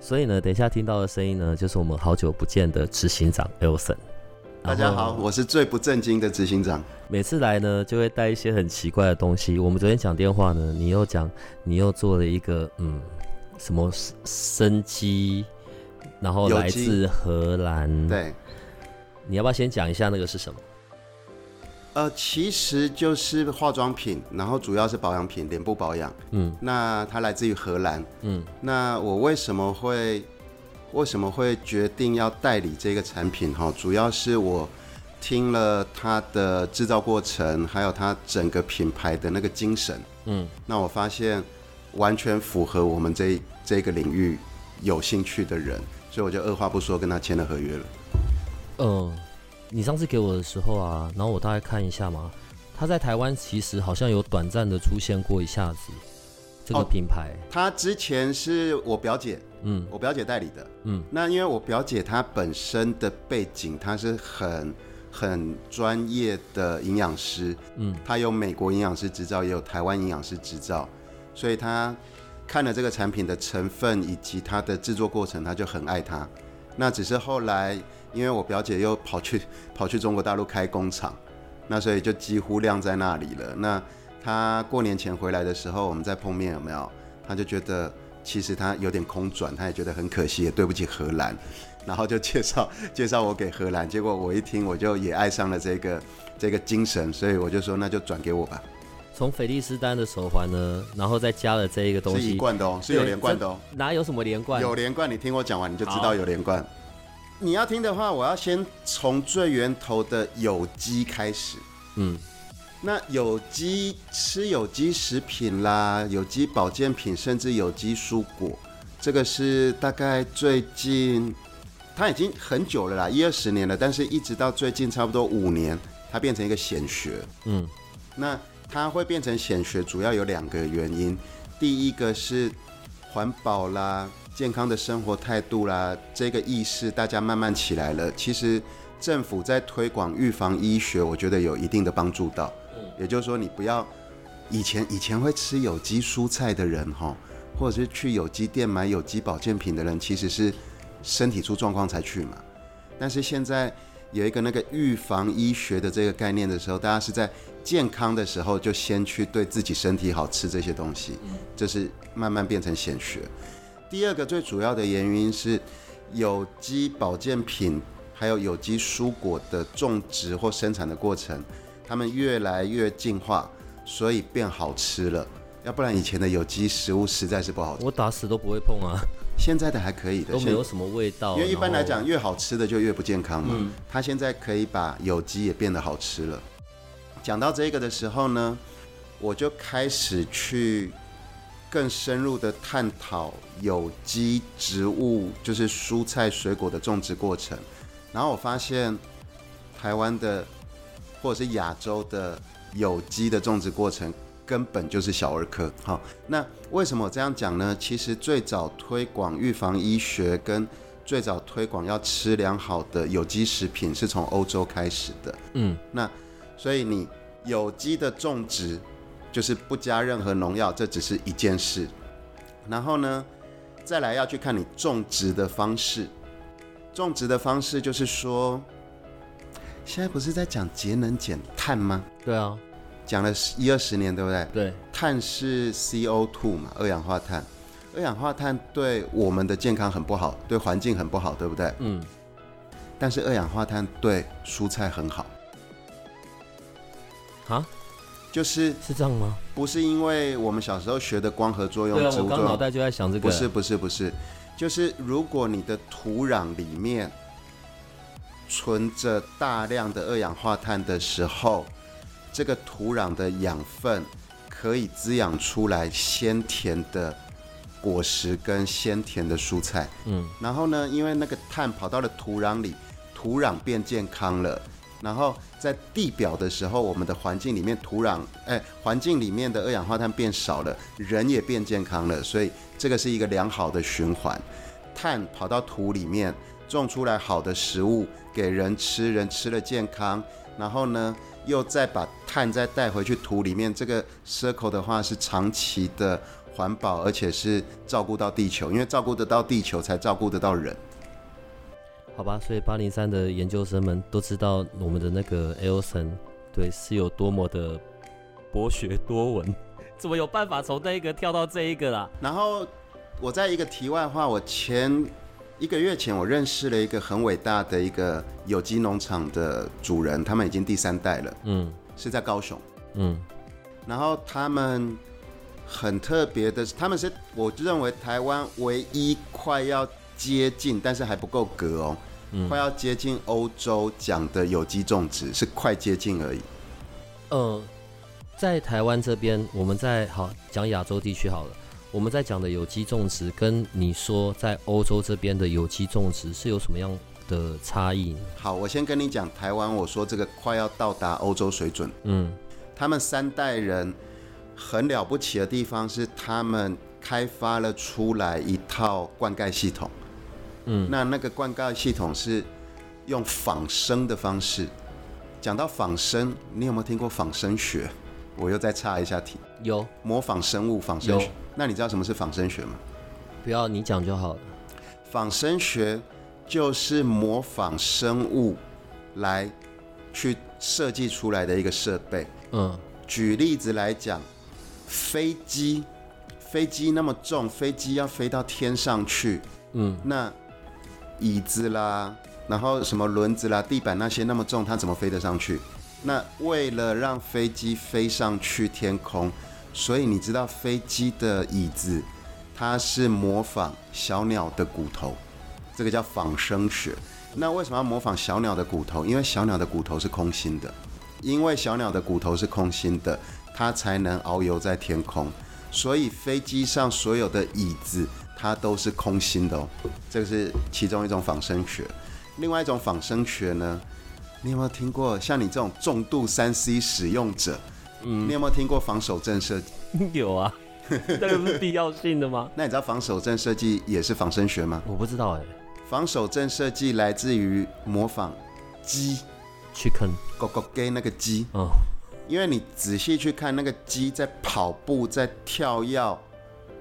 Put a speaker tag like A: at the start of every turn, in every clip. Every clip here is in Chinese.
A: 所以呢，等一下听到的声音呢，就是我们好久不见的执行长 Elson。
B: 大家好，我是最不正经的执行长。
A: 每次来呢，就会带一些很奇怪的东西。我们昨天讲电话呢，你又讲，你又做了一个嗯，什么生生机，然后
B: 有
A: 来
B: 机
A: 自荷兰。，
B: 对，
A: 你要不要先讲一下那个是什么？
B: 呃，其实就是化妆品，然后主要是保养品，脸部保养。
A: 嗯
B: 那它来自于荷兰。
A: 嗯
B: 那我为什么会为什么会决定要代理这个产品？哈，主要是我听了它的制造过程，还有它整个品牌的那个精神。
A: 嗯，
B: 那我发现完全符合我们这这个领域有兴趣的人，所以我就二话不说跟他签了合约了。
A: 嗯，你上次给我的时候啊，然后我大概看一下嘛，它在台湾其实好像有短暂的出现过一下子，这个
B: 哦
A: 品牌，
B: 他之前是我表姐，
A: 嗯
B: 我表姐代理的。
A: 嗯，
B: 那因为我表姐她本身的背景，她是很很专业的营养师，
A: 嗯，
B: 她有美国营养师执照，也有台湾营养师执照，所以她看了这个产品的成分以及它的制作过程，她就很爱它。那只是后来，因为我表姐又跑去 跑去中国大陆开工厂，那所以就几乎晾在那里了。那她过年前回来的时候，我们再碰面有没有？她就觉得其实他有点空转，他也觉得很可惜，也对不起荷兰，然后就介绍介绍我给荷兰，结果我一听我就也爱上了这个这个精神，所以我就说那就转给我吧，
A: 从菲利斯丹的手环呢，然后再加了这一个东
B: 是
A: 西
B: 一，贯的哦，是有连贯的哦，
A: 这哪有什么连贯？
B: 有连贯，你听我讲完你就知
A: 好
B: 道有连贯。你要听的话，我要先从最源头的有机开始。
A: 嗯
B: 那有机吃有机食品啦，有机保健品，甚至有机蔬果，这个是大概最近，它已经很久了啦，一二十年了，但是一直到最近差不多五年，它变成一个显学。
A: 嗯
B: 那它会变成显学，主要有两个原因。第一个是环保啦、健康的生活态度啦，这个意识大家慢慢起来了。其实政府在推广预防医学，我觉得有一定的帮助到。也就是说，你不要以前以前会吃有机蔬菜的人哈，或者是去有机店买有机保健品的人，其实是身体出状况才去嘛。但是现在有一个那个预防医学的这个概念的时候，大家是在健康的时候就先去对自己身体好吃这些东西，这是慢慢变成显学。第二个最主要的原因是有机保健品还有有机蔬果的种植或生产的过程，它们越来越进化，所以变好吃了。要不然以前的有机食物实在是不好吃，
A: 我打死都不会碰啊，
B: 现在的还可以的，
A: 都没
B: 现
A: 有什么味道。
B: 因为一般来
A: 然
B: 讲，
A: 后，嗯
B: 越好吃的就越不健康嘛。它现在可以把有机也变得好吃了。讲到这个的时候呢，我就开始去更深入的探讨有机植物，就是蔬菜水果的种植过程。然后我发现台湾的或者是亚洲的有机的种植过程根本就是小儿科。好，那为什么我这样讲呢？其实最早推广预防医学跟最早推广要吃良好的有机食品是从欧洲开始的。
A: 嗯
B: 那所以你有机的种植，就是不加任何农药，这只是一件事。然后呢，再来要去看你种植的方式。种植的方式就是说，现在不是在讲节能减碳吗？
A: 对啊，
B: 讲了一二十年，对不对？
A: 对，
B: 碳是 CO2 嘛，二氧化碳。二氧化碳对我们的健康很不好，对环境很不好，对不对？
A: 嗯，
B: 但是二氧化碳对蔬菜很好，
A: 啊，
B: 就是
A: 是这样吗？
B: 不是因为我们小时候学的光合作用、
A: 对啊，
B: 植
A: 我
B: 物作
A: 刚脑
B: 用，
A: 袋就在想这个。
B: 不是，不是不是，就是如果你的土壤里面存着大量的二氧化碳的时候，这个土壤的养分可以滋养出来鲜甜的果实跟鲜甜的蔬菜。
A: 嗯，
B: 然后呢，因为那个碳跑到了土壤里，土壤变健康了。然后在地表的时候，我们的环境里面土壤，哎，环境里面的二氧化碳变少了，人也变健康了，所以这个是一个良好的循环。碳跑到土里面，种出来好的食物给人吃，人吃了健康，然后呢，又再把碳再带回去土里面，这个 circle 的话是长期的环保，而且是照顾到地球，因为照顾得到地球，才照顾得到人。
A: 好吧，所以八零三的研究生们都知道我们的那个 Elson 对是有多么的博学多闻， 怎么有办法从那一个跳到这一个啦？
B: 然后我在一个题外话，我前一个月前我认识了一个很伟大的一个有机农场的主人，他们已经第三代了，
A: 嗯
B: 是在高雄。
A: 嗯
B: 然后他们很特别的是，他们是我认为台湾唯一快要接近，但是还不够格哦，快要接近欧洲讲的有机种植，是快接近而已。
A: 呃，在台湾这边，我们在好讲亚洲地区好了，我们在讲的有机种植，跟你说在欧洲这边的有机种植是有什么样的差异呢？
B: 好，我先跟你讲台湾，我说这个快要到达欧洲水准。
A: 嗯
B: 他们三代人很了不起的地方是，他们开发了出来一套灌溉系统。
A: 嗯，
B: 那那个灌溉系统是用仿生的方式。讲到仿生，你有没有听过仿生学？我又再插一下题，
A: 有，
B: 模仿生物仿生学
A: 有。
B: 那你知道什么是仿生学吗？
A: 不要你讲就好了。
B: 仿生学就是模仿生物来去设计出来的一个设备。
A: 嗯
B: 举例子来讲，飞机，飞机那么重，飞机要飞到天上去，
A: 嗯，
B: 那椅子啦，然后什么轮子啦、地板那些那么重，它怎么飞得上去？那为了让飞机飞上去天空，所以你知道飞机的椅子，它是模仿小鸟的骨头，这个叫仿生学。那为什么要模仿小鸟的骨头？因为小鸟的骨头是空心的，因为小鸟的骨头是空心的，它才能遨游在天空。所以飞机上所有的椅子，它都是空心的哦。这个是其中一种仿生学。另外一种仿生学呢，你有没有听过？像你这种重度三 C 使用者，嗯，你有没有听过防守阵设计？
A: 有啊， 那个不是必要性的吗？
B: 那你知道防守阵设计也是仿生学吗？
A: 我不知道哎、
B: 防守阵设计来自于模仿鸡
A: Chicken，
B: 狗狗 gay 那个鸡，
A: 嗯
B: 因为你仔细去看那个鸡在跑步、在跳跃，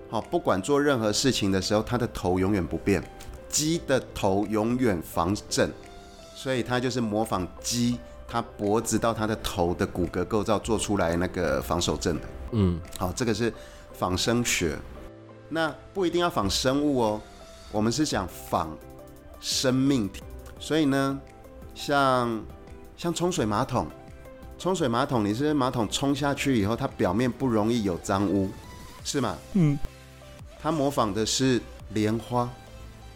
B: 好、不管做任何事情的时候，它的头永远不变，鸡的头永远防震，所以它就是模仿鸡，它脖子到它的头的骨骼构造做出来那个防守阵的。
A: 嗯
B: 好，这个是仿生学。那不一定要仿生物哦，我们是讲仿生命体。所以呢，像像冲水马桶，冲水马桶，你是不是马桶冲下去以后，它表面不容易有脏污，是吗？
A: 嗯，
B: 它模仿的是莲花。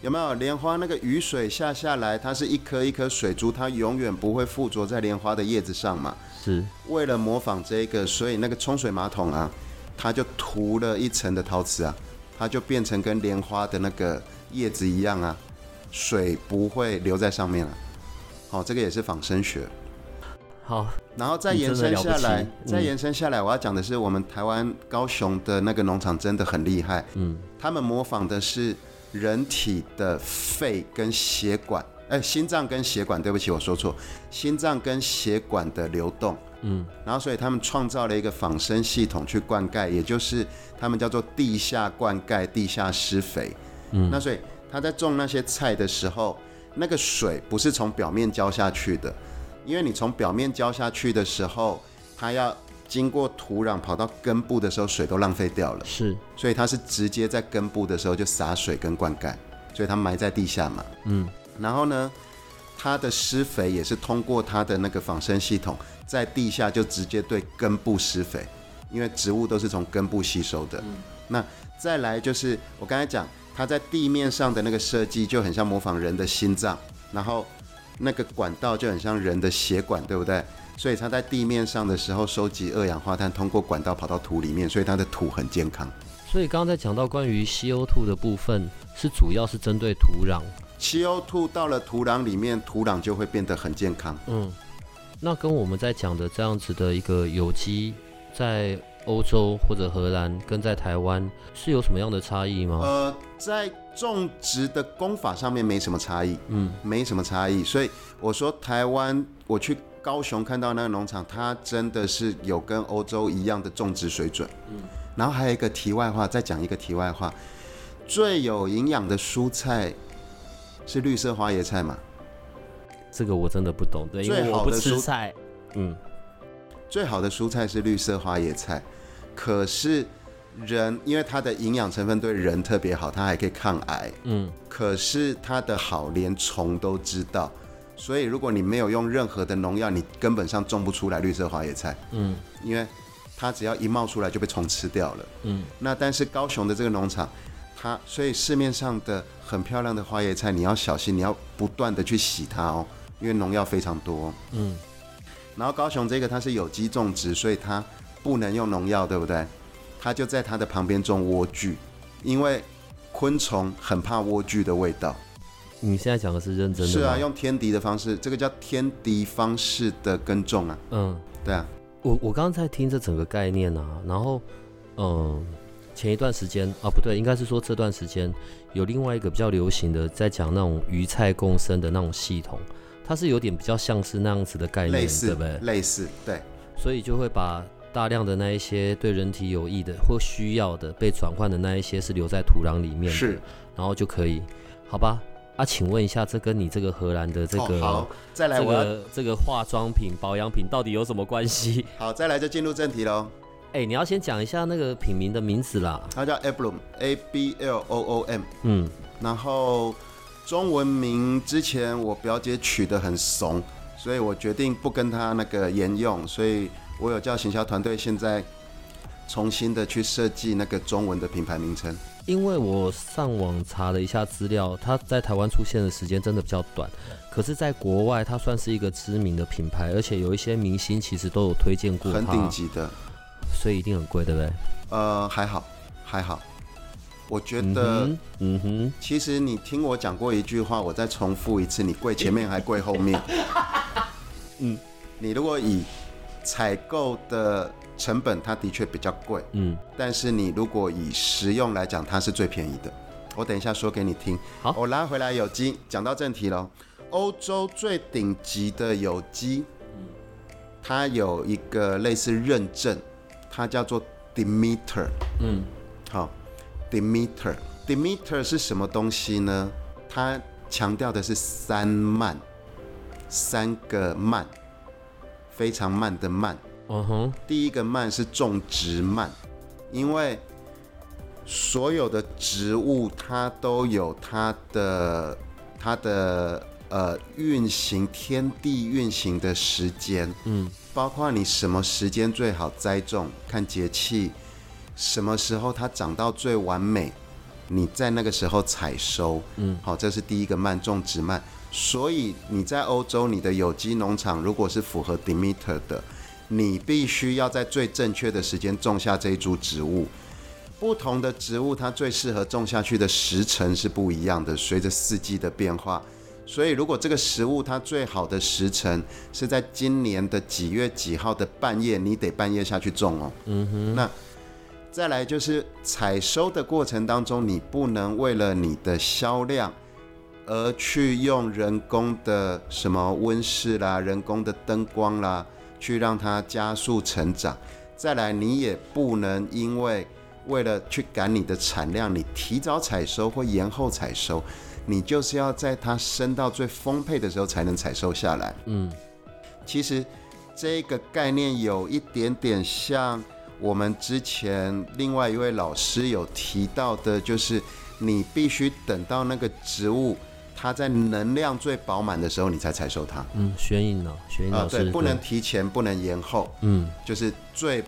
B: 有没有莲花那个雨水下下来，它是一颗一颗水珠，它永远不会附着在莲花的叶子上嘛？
A: 是
B: 为了模仿这个，所以那个冲水马桶啊，它就涂了一层的陶瓷啊，它就变成跟莲花的那个叶子一样啊，水不会留在上面了、啊好、这个也是仿生学。
A: 好，
B: 然后再
A: 你
B: 延
A: 嗯真的
B: 伸
A: 了不
B: 下来
A: 起，
B: 再
A: 嗯
B: 延伸下来，我要讲的是我们台湾高雄的那个农场真的很厉害，
A: 嗯
B: 他们模仿的是人体的肺跟血管，哎、心脏跟血管，对不起，我说错，心脏跟血管的流动。
A: 嗯
B: 然后所以他们创造了一个仿生系统去灌溉，也就是他们叫做地下灌溉、地下施肥。
A: 嗯
B: 那所以他在种那些菜的时候，那个水不是从表面浇下去的，因为你从表面浇下去的时候，它要经过土壤跑到根部的时候，水都浪费掉了，
A: 是
B: 所以它是直接在根部的时候就洒水跟灌溉，所以它埋在地下嘛。
A: 嗯
B: 然后呢，它的施肥也是通过它的那个仿生系统，在地下就直接对根部施肥，因为植物都是从根部吸收的。那再来就是我刚才讲，它在地面上的那个设计就很像模仿人的心脏，然后那个管道就很像人的血管，对不对？所以它在地面上的时候收集二氧化碳，通过管道跑到土里面，所以它的土很健康。
A: 所以刚刚在讲到关于 CO2 的部分，是主要是针对土壤。
B: CO2 到了土壤里面，土壤就会变得很健康。
A: 嗯，那跟我们在讲的这样子的一个有机，在欧洲或者荷兰跟在台湾是有什么样的差异吗？
B: 呃，在种植的工法上面没什么差异，
A: 嗯，
B: 没什么差异。所以我说台湾，我去高雄看到那个农场，它真的是有跟欧洲一样的种植水准。嗯，然后还有一个题外话，再讲一个题外话，最有营养的蔬菜是绿色花椰菜嘛？
A: 这个我真的不懂，
C: 对，因为我不吃菜，
A: 嗯，
B: 最好的蔬菜是绿色花椰菜，可是人因为它的营养成分对人特别好，它还可以抗癌。
A: 嗯，
B: 可是它的好连虫都知道，所以如果你没有用任何的农药，你根本上种不出来绿色花椰菜。
A: 嗯，
B: 因为它只要一冒出来就被虫吃掉了。
A: 嗯，
B: 那但是高雄的这个农场，它所以市面上的很漂亮的花椰菜，你要小心，你要不断的去洗它哦，因为农药非常多。
A: 嗯，
B: 然后高雄这个它是有机种植，所以它不能用农药，对不对？它就在它的旁边种莴苣，因为昆虫很怕莴苣的味道。
A: 你现在讲的是认真的
B: 是啊，
A: 吗
B: 用天敌的方式，这个叫天敌方式的耕种啊，
A: 嗯，
B: 对啊，
A: 我我刚刚在听这整个概念啊，然后，嗯，前一段时间啊，不对，应该是说这段时间有另外一个比较流行的，在讲那种鱼菜共生的那种系统，它是有点比较像是那样子的概念
B: 类，
A: 对
B: 似
A: 不对？
B: 类似，对，
A: 所以就会把大量的那一些对人体有益的或需要的被转换的那一些是留在土壤里面的，
B: 是
A: 然后就可以，好吧？啊，请问一下，这跟你这个荷兰的这个、
B: 哦、好，再来
A: 这
B: 我要、
A: 个这个化妆品保养品到底有什么关系？
B: 好，再来就进入正题喽。
A: 哎、你要先讲一下那个品名的名字啦。
B: 它叫 Ablom A B L O O M，
A: 嗯，
B: 然后中文名之前我表姐取得很怂，所以我决定不跟她那个沿用，所以我有叫行销团队现在重新的去设计那个中文的品牌名称。
A: 因为我上网查了一下资料，它在台湾出现的时间真的比较短，可是，在国外它算是一个知名的品牌，而且有一些明星其实都有推荐过
B: 很顶
A: 它，
B: 级的，
A: 所以一定很贵，对不对？
B: 呃，还好，还好。我觉
A: 嗯
B: 得，
A: 哼，嗯哼，
B: 其实你听我讲过一句话，我再重复一次，你跪前面还跪后面。嗯，
A: 嗯
B: 你如果以采购的成本，它的确比较贵，
A: 嗯，
B: 但是你如果以实用来讲，它是最便宜的。我等一下说给你听。
A: 好
B: 我拉回来有机，讲到正题喽。欧洲最顶级的有机，它有一个类似认证，它叫做 Demeter。
A: 嗯，
B: 好，Demeter。Demeter 是什么东西呢？它强调的是三慢，三个慢，非常慢的慢。
A: 嗯哼，
B: 第一个慢是种植慢，因为所有的植物它都有它的它的呃运行天地运行的时间，
A: 嗯，
B: 包括你什么时间最好栽种，看节气，什么时候它长到最完美，你在那个时候采收，
A: 嗯，
B: 好，这是第一个慢种植慢。所以你在欧洲，你的有机农场如果是符合 Demeter 的，你必须要在最正确的时间种下这一株植物。不同的植物，它最适合种下去的时辰是不一样的，随着四季的变化。所以，如果这个食物它最好的时辰是在今年的几月几号的半夜，你得半夜下去种哦。
A: 嗯哼，
B: 那再来就是采收的过程当中，你不能为了你的销量而去用人工的什么温室啦、人工的灯光啦，去让它加速成长。再来，你也不能因为为了去赶你的产量，你提早采收或延后采收，你就是要在它升到最丰沛的时候才能采收下来。
A: 嗯，
B: 其实这个概念有一点点像我们之前另外一位老师有提到的，就是你必须等到那个植物它在能量最饱满的时候，你才采收它。
A: 嗯，玄影啊，玄影
B: 啊、
A: 老师，
B: 对，不能，提前，不能延后，
A: 嗯，
B: 就是最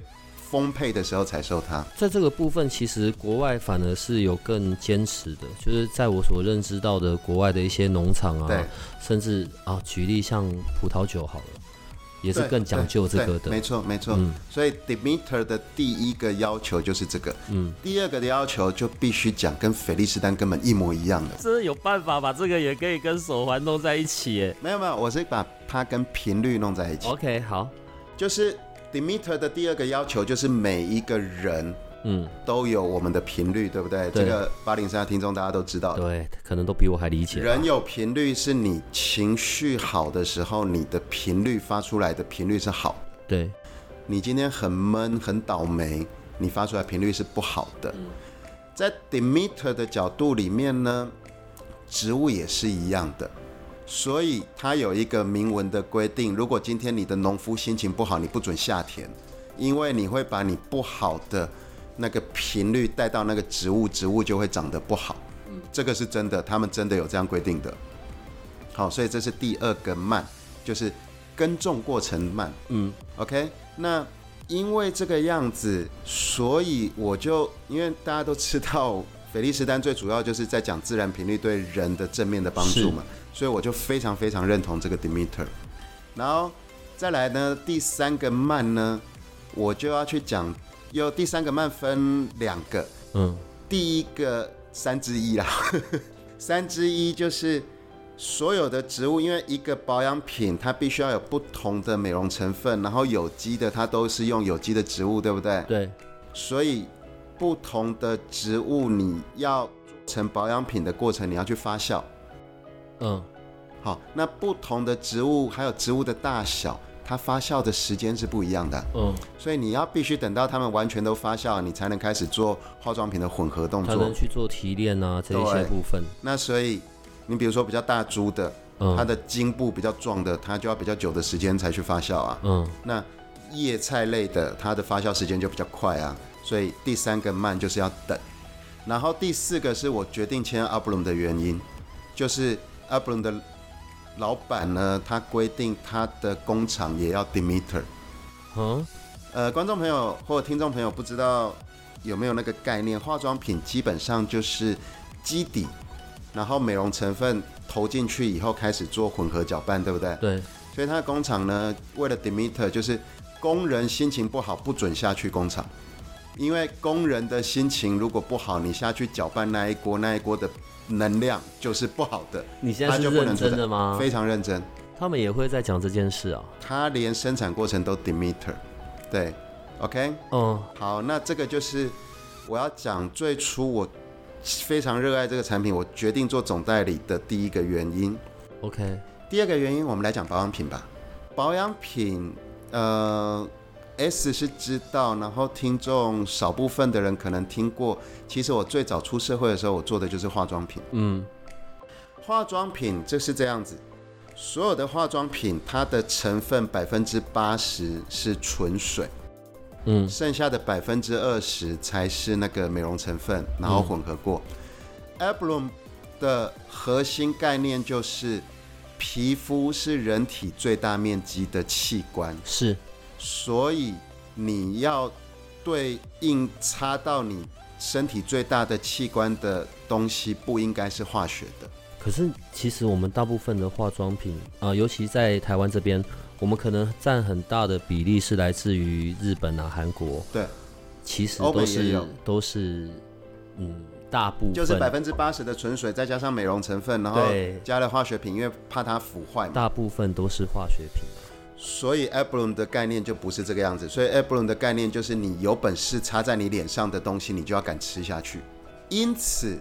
B: 丰沛的时候采收它。
A: 在这个部分，其实国外反而是有更坚持的，就是在我所认知到的国外的一些农场啊，
B: 对，
A: 甚至啊，举例像葡萄酒好了，也是更讲究这个
B: 对
A: 的。嗯
B: 没错没错。所以 Demeter 的第一个要求就是这个，嗯，第二个的要求就必须讲跟菲利斯丹根本一模一样的。
C: 真的有办法把这个也可以跟手环弄在一起耶
B: 没有没有，我是把它跟频率弄在一起。
A: OK，好，
B: 就是 Demeter 的第二个要求就是每一个人
A: 嗯，
B: 都有我们的频率，对不对？
A: 对
B: 这个八零三的听众大家都知道的。
A: 对，可能都比我还理解吧。
B: 人有频率是你情绪好的时候，你的频率发出来的频率是好。
A: 对，
B: 你今天很闷、很倒霉，你发出来频率是不好的。在 Demeter 的角度里面呢，植物也是一样的，所以它有一个明文的规定：如果今天你的农夫心情不好，你不准下田，因为你会把你不好的那个频率带到那个植物，植物就会长得不好。这个是真的，他们真的有这样规定的。好，所以这是第二个慢，就是耕种过程慢。嗯，OK，那因为这个样子，所以我就因为大家都知道，菲利斯丹最主要就是在讲自然频率对人的正面的帮助嘛，所以我就非常非常认同这个 Demeter。然后再来呢，第三个慢呢，我就要去讲，又第三个慢分两个，
A: 嗯，
B: 第一个三之一啦， 三之一就是所有的植物，因为一个保养品它必须要有不同的美容成分，然后有机的它都是用有机的植物，对不对？
A: 对，
B: 所以不同的植物你要做成保养品的过程，你要去发酵。
A: 嗯，
B: 好，那不同的植物还有植物的大小，它发酵的时间是不一样的，
A: 嗯，
B: 所以你要必须等到它们完全都发酵，你才能开始做化妆品的混合动
A: 才
B: 作
A: 能。去做提炼啊，这一些
B: 对
A: 部分。
B: 那所以你比如说比较大株的，它
A: 嗯
B: 的茎部比较壮的，它就要比较久的时间才去发酵啊。
A: 嗯，
B: 那叶菜类的，它的发酵时间就比较快啊。所以第三个慢就是要等。然后第四个是我决定签 Ablum 的原因，就是 Ablum 的老板呢，他规定他的工厂也要 Demeter。
A: 嗯，
B: 呃，观众朋友或听众朋友不知道有没有那个概念，化妆品基本上就是基底，然后美容成分投进去以后开始做混合搅拌，对不对？
A: 对，
B: 所以它的工厂呢，为了 Demeter，就是工人心情不好不准下去工厂，因为工人的心情如果不好，你下去搅拌那一锅那一锅的能量就是不好的，
A: 你现
B: 它
A: 在是
B: 就不
A: 认
B: 能出
A: 真
B: 产
A: 的吗？
B: 非常认真。
A: 他们也会在讲这件事啊。
B: 它连生产过程都 Demeter，对，OK。
A: 嗯，
B: 好，那这个就是我要讲最初我非常热爱这个产品，我决定做总代理的第一个原因。
A: OK，
B: 第二个原因，我们来讲保养品吧。保养品，呃，S 是知道，然后听众少部分的人可能听过。其实我最早出社会的时候，我做的就是化妆品。
A: 嗯，
B: 化妆品就是这样子，所有的化妆品它的成分百分之八十是纯水，
A: 嗯
B: 剩下的百分之二十才是那个美容成分，然后混合过。Ablum 的核心概念就是，皮肤是人体最大面积的器官，
A: 是，
B: 所以你要对应擦到你身体最大的器官的东西，不应该是化学的。
A: 可是其实我们大部分的化妆品啊、尤其在台湾这边，我们可能占很大的比例是来自于日本啊、韩国，
B: 对，
A: 其实
B: 欧美
A: 都
B: 也
A: 是
B: 有
A: 都是嗯大部分
B: 就是百分之八十的纯水，再加上美容成分，然后
A: 对
B: 加了化学品，因为怕它腐坏嘛。
A: 大部分都是化学品。
B: 所以 Ablum 的概念就不是这个样子，所以 Ablum 的概念就是你有本事擦在你脸上的东西，你就要敢吃下去。因此，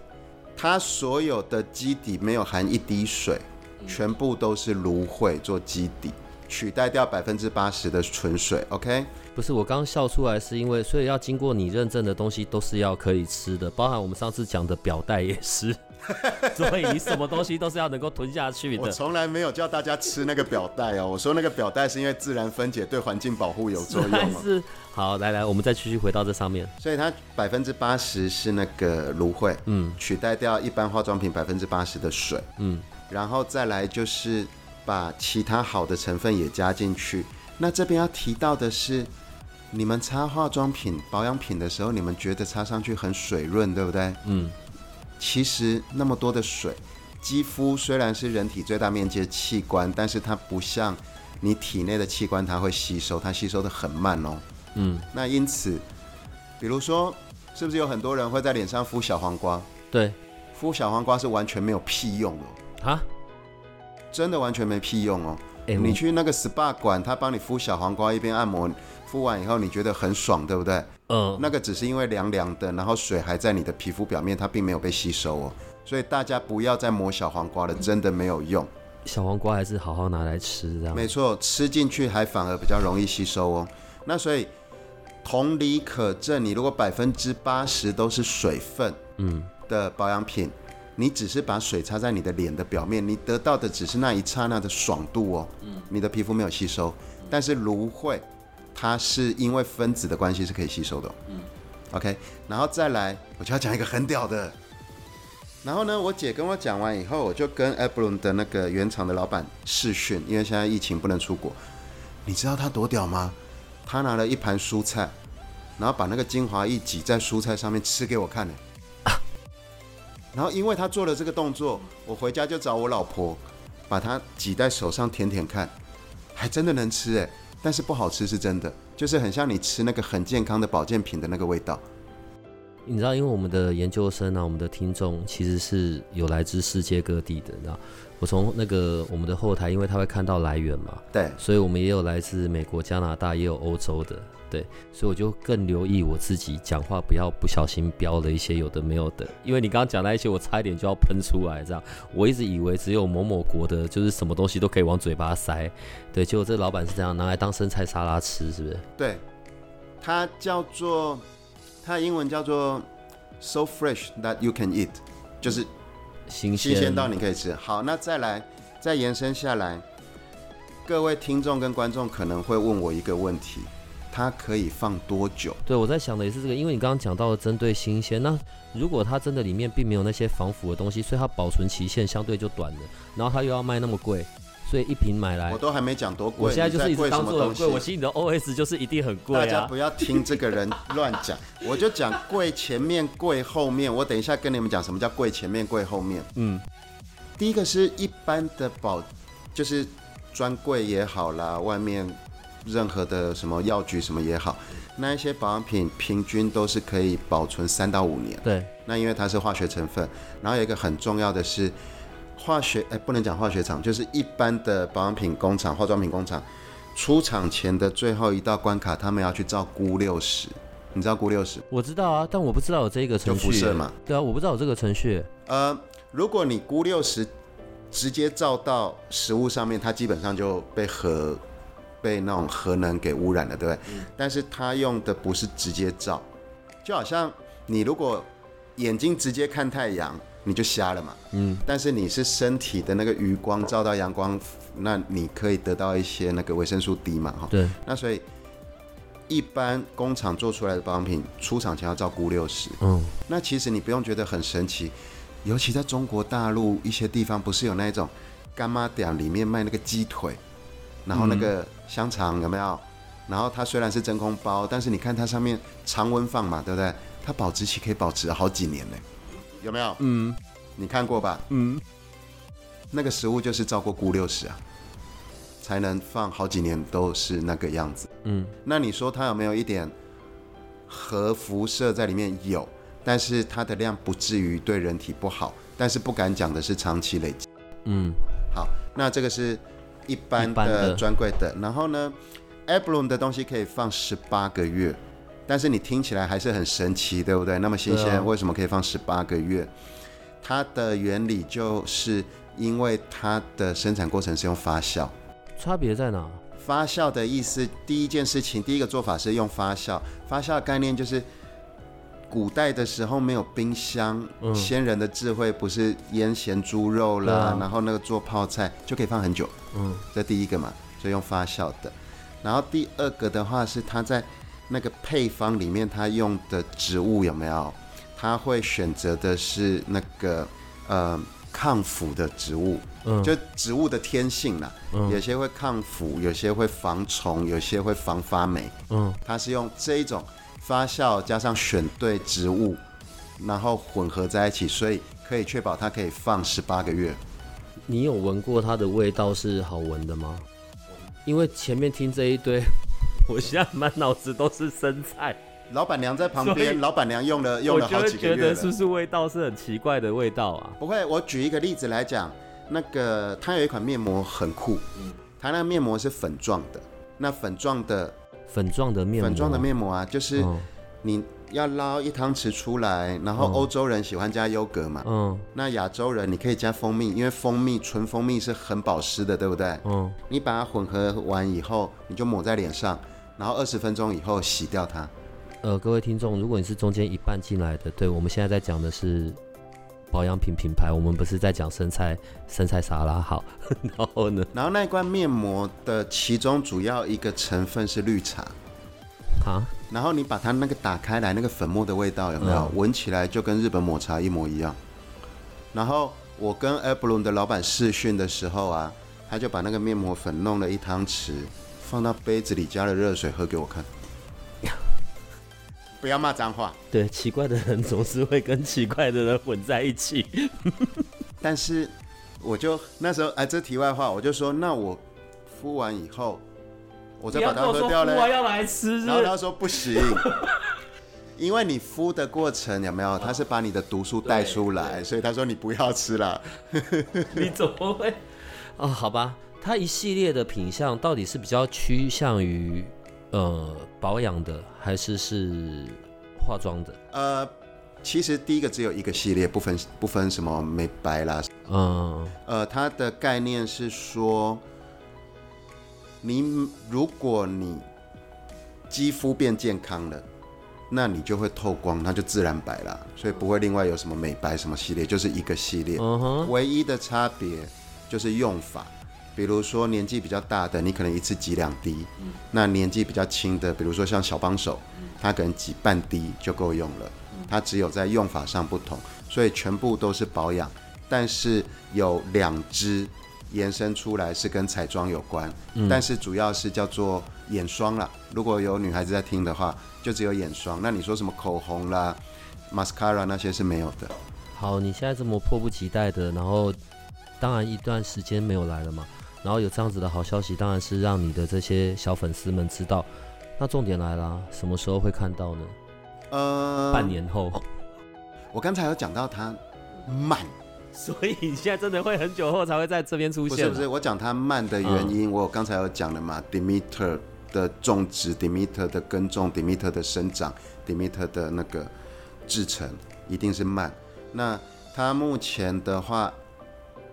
B: 它所有的基底没有含一滴水，全部都是芦荟做基底，取代掉百分之八十的纯水。OK，
A: 不是我刚刚笑出来，是因为所以要经过你认证的东西都是要可以吃的，包含我们上次讲的表带也 是。
C: 所以你什么东西都是要能够吞下去
B: 我
C: 的。
B: 从来没有叫大家吃那个表带哦，我说那个表带是因为自然分解对环境保护有作用、
A: 但
B: 哦。
A: 是好，来来，我们再继续回到这上面。
B: 所以它百分之八十是那个芦荟，嗯，取代掉一般化妆品百分之八十的水，嗯，然后再来就是把其他好的成分也加进去。那这边要提到的是，你们擦化妆品、保养品的时候，你们觉得擦上去很水润，对不对？嗯，其实那么多的水，肌肤虽然是人体最大面积的器官，但是它不像你体内的器官它会吸收，它吸收的很慢哦。
A: 嗯，
B: 那因此，比如说，是不是有很多人会在脸上敷小黄瓜？
A: 对
B: 敷小黄瓜是完全没有屁用的哦，
A: 啊，
B: 真的完全没屁用哦。
A: 哎、
B: 你
A: 我
B: 去那个 SPA 馆，他帮你敷小黄瓜，一边按摩，敷完以后你觉得很爽，对不对？
A: 呃，
B: 那个只是因为凉凉的，然后水还在你的皮肤表面，它并没有被吸收哦。所以大家不要再磨小黄瓜了，真的没有用。
A: 小黄瓜还是好好拿来吃这样。
B: 没错，吃进去还反而比较容易吸收哦。那所以同理可证，你如果百分之八十都是水分，
A: 嗯，
B: 的保养品，你只是把水擦在你的脸的表面，你得到的只是那一刹那的爽度哦。
A: 嗯
B: 你的皮肤没有吸收，但是芦荟，它是因为分子的关系是可以吸收的、嗯，OK，然后再来，我就要讲一个很屌的。然后呢，我姐跟我讲完以后，我就跟 a b l o n 的那个原厂的老板视讯，因为现在疫情不能出国。你知道他多屌吗？他拿了一盘蔬菜，然后把那个精华液挤在蔬菜上面吃给我看呢。然后因为他做了这个动作，我回家就找我老婆，把它挤在手上舔舔看，还真的能吃哎，但是不好吃是真的，就是很像你吃那个很健康的保健品的那个味道。
A: 你知道，因为我们的研究生啊，我们的听众其实是有来自世界各地的，你知道。我从那个我们的后台，因为他会看到来源嘛，
B: 对，
A: 所以我们也有来自美国、加拿大，也有欧洲的，对，所以我就更留意我自己讲话，不要不小心标了一些有的没有的，因为你刚刚讲那一些，我差一点就要喷出来，这样，我一直以为只有某某国的，就是什么东西都可以往嘴巴塞，对，结果这老板是这样拿来当生菜沙拉吃，是不是？
B: 对，它叫做它英文叫做 so fresh that you can eat，就是
A: 新鲜，
B: 新鲜到你可以吃。好，那再来再延伸下来，各位听众跟观众可能会问我一个问题：它可以放多久？
A: 对，我在想的也是这个，因为你刚刚讲到的针对新鲜，那如果它真的里面并没有那些防腐的东西，所以它保存期限相对就短了，然后它又要卖那么贵，所以一瓶买来
B: 我，都还没讲多贵，
A: 哎我现在就是
B: 你
A: 一
B: 在
A: 直
B: 贵什
A: 当
B: 么
A: 做
B: 东
A: 很
B: 西
A: 贵，我心里的 OS 就是一定很贵
B: 大家
A: 啊
B: 不。要听这个人乱 讲，我就讲跪前面跪后面。我等一下跟你们讲什么叫跪前面跪后面。
A: 嗯，
B: 第一个是一般的保，就是专柜也好啦，外面任何的什么药局什么也好，那一些保养品平均都是可以保存三到五年。
A: 对，
B: 那因为它是化学成分，然后有一个很重要的是，化学哎、不能讲化学厂，就是一般的保养品工厂、化妆品工厂出厂前的最后一道关卡，他们要去照钴六十，你知道钴六十？
A: 我知道啊，但我不知道有这个程序
B: 就辐射嘛。
A: 对啊，我不知道有这个程序。
B: 呃，如果你钴六十直接照到食物上面，它基本上就被核被那种核能给污染了，对不对？
A: 嗯
B: 但是它用的不是直接照，就好像你如果眼睛直接看太阳，你就瞎了嘛。
A: 嗯，
B: 但是你是身体的那个余光照到阳光，那你可以得到一些那个维生素 D 嘛，哈。
A: 对，
B: 那所以一般工厂做出来的保养品，出厂前要照钴六十。
A: 嗯，
B: 那其实你不用觉得很神奇，尤其在中国大陆一些地方，不是有那一种干妈店里面卖那个鸡腿，然后那个香肠有没有？然后它虽然是真空包，但是你看它上面常温放嘛，对不对？它保质期可以保持好几年呢，有没有？嗯，你看过吧？嗯，那个食物就是照过钴六十啊，才能放好几年都是那个样子。
A: 嗯，
B: 那你说它有没有一点核辐射在里面？有，但是它的量不至于对人体不好，但是不敢讲的是长期累积。
A: 嗯，
B: 好，那这个是一般
A: 一般
B: 的
A: 的
B: 专柜的，然后呢 a b l o n 的东西可以放十八个月，但是你听起来还是很神奇，对不对？那么新鲜，
A: 对啊
B: 为什么可以放十八个月？它的原理就是因为它的生产过程是用发酵，
A: 差别在哪？
B: 发酵的意思，第一件事情，第一个做法是用发酵。发酵的概念就是，古代的时候没有冰箱，
A: 嗯
B: 先人的智慧不是腌咸猪肉啦，
A: 对啊
B: 然后那个做泡菜就可以放很久，
A: 嗯，
B: 这第一个嘛，所以用发酵的。然后第二个的话是它在那个配方里面，它用的植物有没有？它会选择的是那个呃抗腐的植物，
A: 嗯
B: 就植物的天性啦，
A: 嗯
B: 有些会抗腐，有些会防虫，有些会防发霉。
A: 嗯，
B: 它是用这一种发酵加上选对植物，然后混合在一起，所以可以确保它可以放十八个月。
A: 你有闻过它的味道是好闻的吗？因为前面听这一堆，
C: 我现在满脑子都是生菜，
B: 老板娘在旁
C: 所以
B: 边，老板娘用了用
C: 我
B: 了
C: 就
B: 好
C: 会
B: 几
C: 觉
B: 个月
C: 得
B: 了
C: 是。不是味道是很奇怪的味道啊？
B: 不会，我举一个例子来讲，那个它有一款面膜很酷，
C: 嗯
B: 它那面膜是粉状的，那粉状的
A: 粉状的面膜，
B: 粉状的面膜啊，就是
A: 嗯
B: 你要捞一汤匙出来，然
C: 嗯
B: 后欧洲人喜欢加优格嘛，
A: 嗯
B: 那亚洲人你可以加蜂蜜，因为蜂蜜纯蜂蜜是很保湿的，对不对？
A: 嗯，
B: 你把它混合完以后，你就抹在脸上，然后二十分钟以后洗掉它。
A: 呃，各位听众，如果你是中间一半进来的，对我们现在在讲的是保养品品牌，我们不是在讲生菜生菜沙拉好， 然后呢，
B: 然后那一罐面膜的其中主要一个成分是绿茶，
A: 啊，
B: 然后你把它那个打开来，那个粉末的味道有没有？闻起来就跟日本抹茶一模一样。然后我跟 a b l o n 的老板试训的时候啊，他就把那个面膜粉弄了一汤匙，放到杯子里加了热水喝给我看。 不要骂脏话，
C: 对，奇怪的人总是会跟奇怪的人混在一起。
B: 但是我就那时候哎，这题外话，我就说那我敷完以后，我再
C: 你
B: 把
C: 要跟
B: 它
C: 我
B: 喝
C: 说
B: 掉
C: 敷
B: 嘞
A: 啊
C: 完。要来吃是不
B: 然后
C: 是？
B: 他说不行， 因为你敷的过程有没有？他是把你的毒素带出来，所以他说你不要吃了。
C: 你怎么会？
A: 哦，好吧，它一系列的品相到底是比较趋向于呃保养的，还是是化妆的？
B: 呃，其实第一个只有一个系列，不分不分什么美白啦。
A: 嗯
B: 呃，它的概念是说，你如果你肌肤变健康了。那你就会透光，它就自然白啦，所以不会另外有什么美白什么系列，就是一个系列。
A: 嗯哼，
B: 唯一的差别就是用法，比如说年纪比较大的，你可能一次挤两滴；那年纪比较轻的，比如说像小帮手，他可能挤半滴就够用了。它只有在用法上不同，所以全部都是保养，但是有两支延伸出来是跟彩妆有关，
A: 嗯
B: 但是主要是叫做眼霜啦。如果有女孩子在听的话，就只有眼霜。那你说什么口红啦、mascara 那些是没有的。
A: 好，你现在这么迫不及待的，然后当然一段时间没有来了嘛，然后有这样子的好消息，当然是让你的这些小粉丝们知道。那重点来啦，什么时候会看到呢？
C: 啊
B: 呃，
A: 半年后，
B: 我刚才有讲到它慢，
C: 所以你现在真的会很久后才会在这边出
B: 不
C: 现嗯
B: 是
C: 啊，
B: 不是，我讲它慢的原因，我刚才有讲了嘛，Demeter 的种植，Demeter 的耕种，Demeter 的生长，Demeter 的那个制成一定是慢。那它目前的话，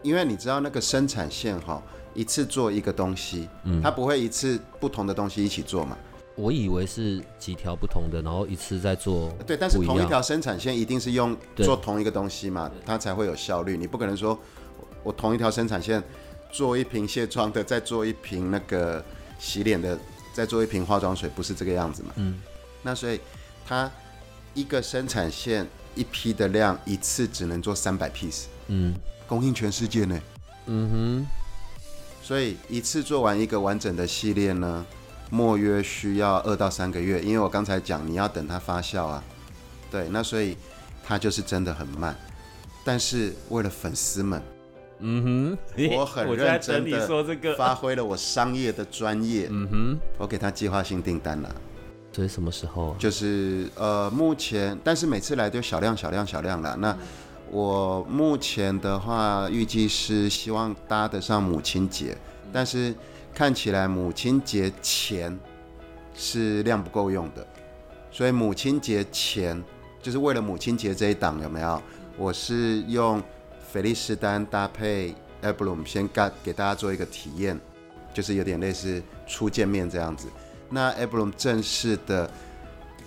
B: 因为你知道那个生产线哈、一次做一个东西，
C: 嗯
B: 它不会一次不同的东西一起做嘛，
A: 我以为是几条不同的，然后一次在做不一样。
B: 对，但是同一条生产线一定是用
A: 对
B: 做同一个东西嘛，它才会有效率。你不可能说我我同一条生产线做一瓶卸妆的，再做一瓶那个洗脸的，再做一瓶化妆水，不是这个样子嘛？嗯，那所以它一个生产线一批的量，一次只能做三百 piece，
A: 嗯
B: 供应全世界呢。
A: 嗯
B: 所以一次做完一个完整的系列呢，莫约需要二到三个月，因为我刚才讲你要等它发酵啊，对，那所以它就是真的很慢。但是为了粉丝们，
A: 哼，嗯
B: 我很
C: 我就在
B: 认
C: 等
B: 真
C: 你
B: 的
C: 说这个
B: 发挥了我商业的专业，
A: 呃哼，嗯哼，
B: 我给他计划性订单了、
A: 所以什么时候啊？
B: 就是呃，目前，但是每次来都小量、小量、小量啦。那我目前的话，预计是希望搭得上母亲节，但是看起来母亲节前是量不够用的，所以母亲节前就是为了母亲节这一档有没有？我是用菲利斯丹搭配呃 a b l o m 先给给大家做一个体验，就是有点类似初见面这样子。那 a b l o m 正式的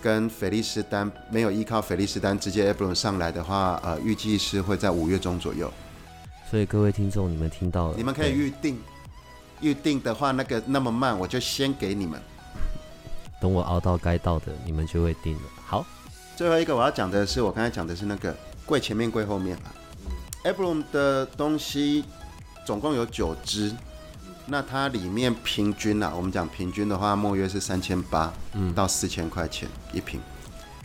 B: 跟菲利斯丹没有依靠菲利斯丹直接 a b l o n 上来的话，呃，预计是会在五月中左右。
A: 所以各位听众，你们听到了，
B: 你们可以
A: 对
B: 预定，预定的话那个那么慢，我就先给你们。
A: 等我熬到该到的，你们就会定了。好，
B: 最后一个我要讲的是，我刚才讲的是那个柜前面柜后面啊。a b r o m 的东西总共有九支，那它里面平均啊，我们讲平均的话，莫约是三千八
A: 嗯
B: 到四千块钱一瓶。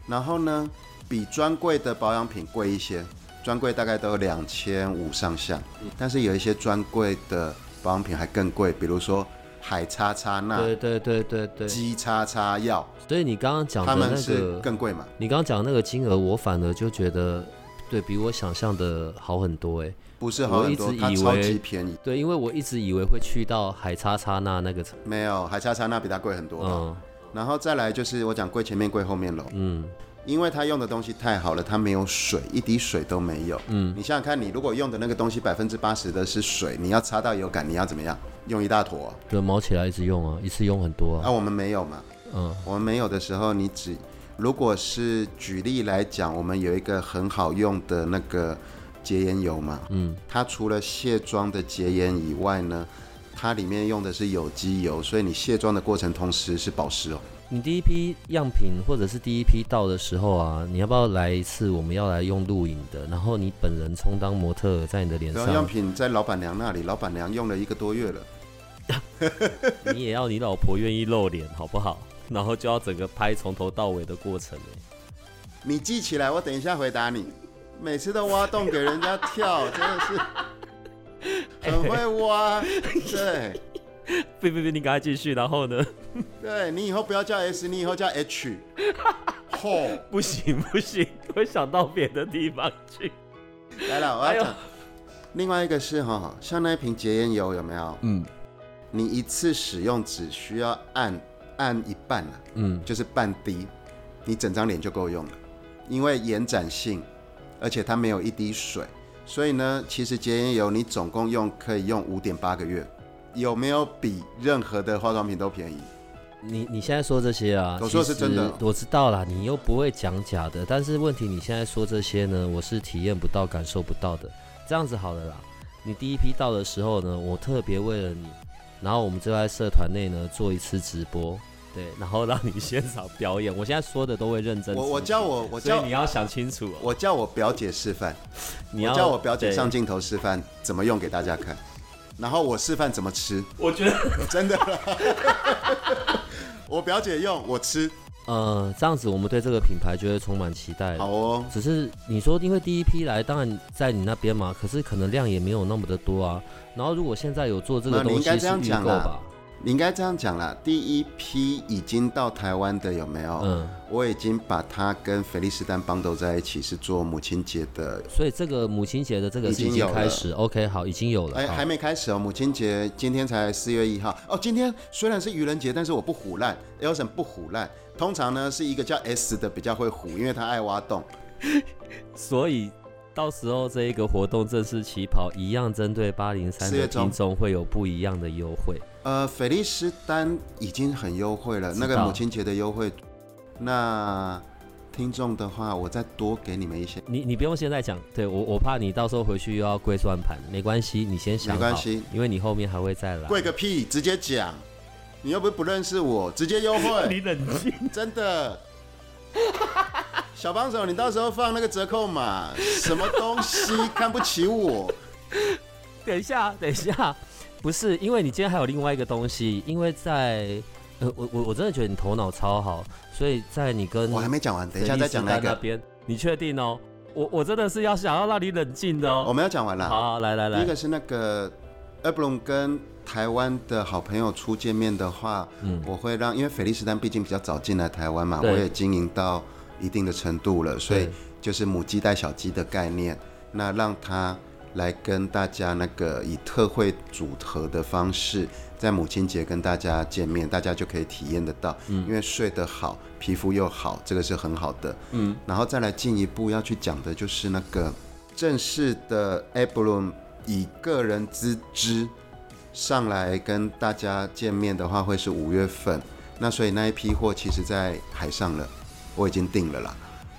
B: 然后呢，比专柜的保养品贵一些，专柜大概都有两
A: 嗯
B: 千五上下，但是有一些专柜的保养品还更贵，比如说海叉叉钠、
A: 对对对对对，
B: 啊鸡叉叉药，
A: 所以你刚刚讲
B: 他
A: 的
B: 们
A: 那
B: 是
A: 个，
B: 更贵嘛？
A: 你刚刚讲的那个金额，我反而就觉得，对比我想象的好很多哎、
B: 不是好很
A: 我
B: 多
A: 一，直
B: 它
A: 以
B: 超
A: 为
B: 级便宜。
A: 对，因为我一直以为会去到海叉叉那那个层，
B: 没有海叉叉钠比它贵很多吧。
A: 嗯
B: 然后再来就是我讲贵前面贵后面喽，
A: 嗯，
B: 因为它用的东西太好了，它没有水，一滴水都没有。嗯，你想想看，你如果用的那个东西百分之八十的是水，你要擦到有感，你要怎么样？用一大坨啊、
A: 对，毛起来一直用啊，一次用很多
B: 啊，
A: 啊，
B: 我们没有嘛，
A: 嗯
B: 我们没有的时候，你只如果是举例来讲，我们有一个很好用的那个洁颜油嘛，
A: 嗯，
B: 它除了卸妆的洁颜以外呢，它里面用的是有机油，所以你卸妆的过程同时是保湿哦。
A: 你第一批样品或者是第一批到的时候啊，你要不要来一次？我们要来用录影的，然后你本人充当模特儿在你的脸
B: 然后样
A: 上，
B: 啊品在老板娘那里，老板娘用了一个多月了。
A: 你也要你老婆愿意露脸，好不好？然后就要整个拍从头到尾的过程欸
B: 你记起来，我等一下回答你。每次都挖洞给人家跳，真的是很会挖。对，
C: 别别别，你赶快继续。然后呢？
B: 对你以后不要叫 S，你以后叫 H。吼，
C: 不行不行，我想到别的地方去。
B: 来了，我要讲。另外一个是哈，像那一瓶洁颜油有没有？
C: 嗯，
B: 你一次使用只需要按按一半了、
A: 嗯，
B: 就是半滴，你整张脸就够用了，因为延展性，而且它没有一滴水，所以呢，其实洁颜油你总共用可以用五点八个月，有没有比任何的化妆品都便宜？
A: 你你现在说这些啊，
B: 我说的是真的
A: 其实我知道啦，你又不会讲假的，但是问题你现在说这些呢，我是体验不到、感受不到的。这样子好了啦，你第一批到的时候呢，我特别为了你，然后我们就在社团内呢做一次直播，对，然后让你现场表演。我现在说的都会认真执行，
B: 我我叫我我
C: 所以
B: 叫
C: 你要想清楚哦。
B: 我叫我表姐示范，
C: 你
B: 我
C: 要
B: 叫我 表姐上
C: 对
B: 镜头示范怎么用给大家看，然后我示范怎么吃，
C: 我觉得
B: 真的啦，我表姐用我吃，
A: 呃，这样子我们对这个品牌就会充满期待了。
B: 好哦。
A: 只是你说，因为第一批来，当然在你那边嘛，可是可能量也没有那么的多啊。然后如果现在有做这
B: 那
A: 个
B: 你
A: 东
B: 应
A: 西
B: 该这
A: 是
B: 样
A: 预
B: 讲
A: 购
B: 啦
A: 吧？
B: 你应该这样讲啦，第一批已经到台湾的有没有？
A: 嗯，
B: 我已经把它跟菲利斯丹邦斗在一起，是做母亲节的。
A: 所以这个母亲节的这个
B: 已
A: 是
B: 经
A: 已经
B: 有了
A: 开始，OK，好，已经有了。
B: 哎，
A: 好
B: 还没开始哦，母亲节今天才四月一号哦。今天虽然是愚人节，但是我不虎烂，Elson 不虎烂。通常呢是一个叫 S 的比较会虎，因为他爱挖洞。
A: 所以到时候这一个活动正式起跑，一样针对八零三
B: 四月
A: 的
B: 中
A: 听众会有不一样的优惠。
B: 呃，菲利斯丹已经很优惠了，
A: 知
B: 那
A: 道
B: 个母亲节的优惠。那听众的话，我再多给你们一些，
A: 你你不用现在讲，对我我怕你到时候回去又要跪算盘，没关系，你先想
B: 没
A: 好，
B: 关系，
A: 因为你后面还会再来。
B: 贵个屁，直接讲。你又不是不认识我，直接优
C: 你
B: 惠，
C: 冷静。
B: 真的。小帮手，你到时候放那个折扣码，什么东西看不起我？
A: 等一下，等一下，不是，因为你今天还有另外一个东西，因为在呃，我我我真的觉得你头脑超好，所以在你跟
B: 我还没讲完，等一下再讲
A: 那
B: 那个，
A: 边，
C: 你确定哦？我我真的是要想要让你冷静的
B: 我
C: 哦。
B: 们要讲完
A: 好
B: 了。
A: 好来来
B: 第一
A: 来，
B: 个是那个 e b l o n 跟台湾的好朋友初见面的话，
A: 嗯
B: 我会让，因为菲利斯丹毕竟比较早进来台湾嘛，我
A: 对
B: 也经营到一定的程度了，所以就是母鸡带小鸡的概念，那让他来跟大家那个以特惠组合的方式，在母亲节跟大家见面，大家就可以体验得到，因为睡得好，皮肤又好，这个是很好的，嗯，然后再来进一步要去讲的就是那个正式的 a b l o m 以个人资质上来跟大家见面的话，会是五月份，那所以那一批货其实在海上了，我已经定了啦。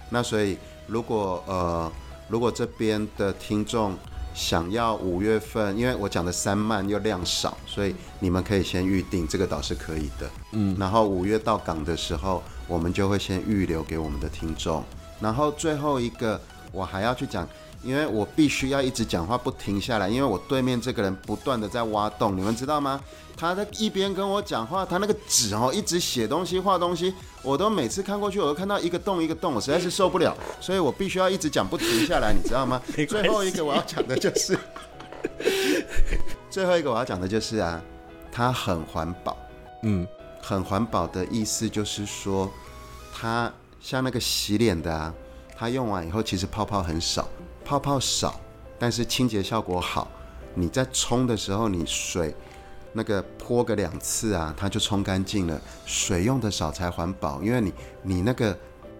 B: 那所以如果呃，如果这边的听众想要五月份，因为我讲的三慢又量少，所以你们可以先预定，这个倒是可以的。嗯，然后五月到港的时候，我们就会先预留给我们的听众。然后最后一个，我还要去讲。因为我必须要一直讲话不停下来，因为我对面这个人不断的在挖洞，你们知道吗？他在一边跟我讲话，他那个纸哦一直写东西、画东西，我都每次看过去，我都看到一个洞一个洞，我实在是受不了，所以我必须要一直讲不停下来，你知道吗？
C: 没关系
B: 最后一个我要讲的就是，最后一个我要讲的就是啊，它很环保。
A: 嗯，
B: 很环保的意思就是说，它像那个洗脸的啊，它用完以后其实泡泡很少，泡泡少，但是清洁效果好。你在冲的时候，你水那个泼个两次啊，它就冲干净了。水用的少才环保，因为你你那个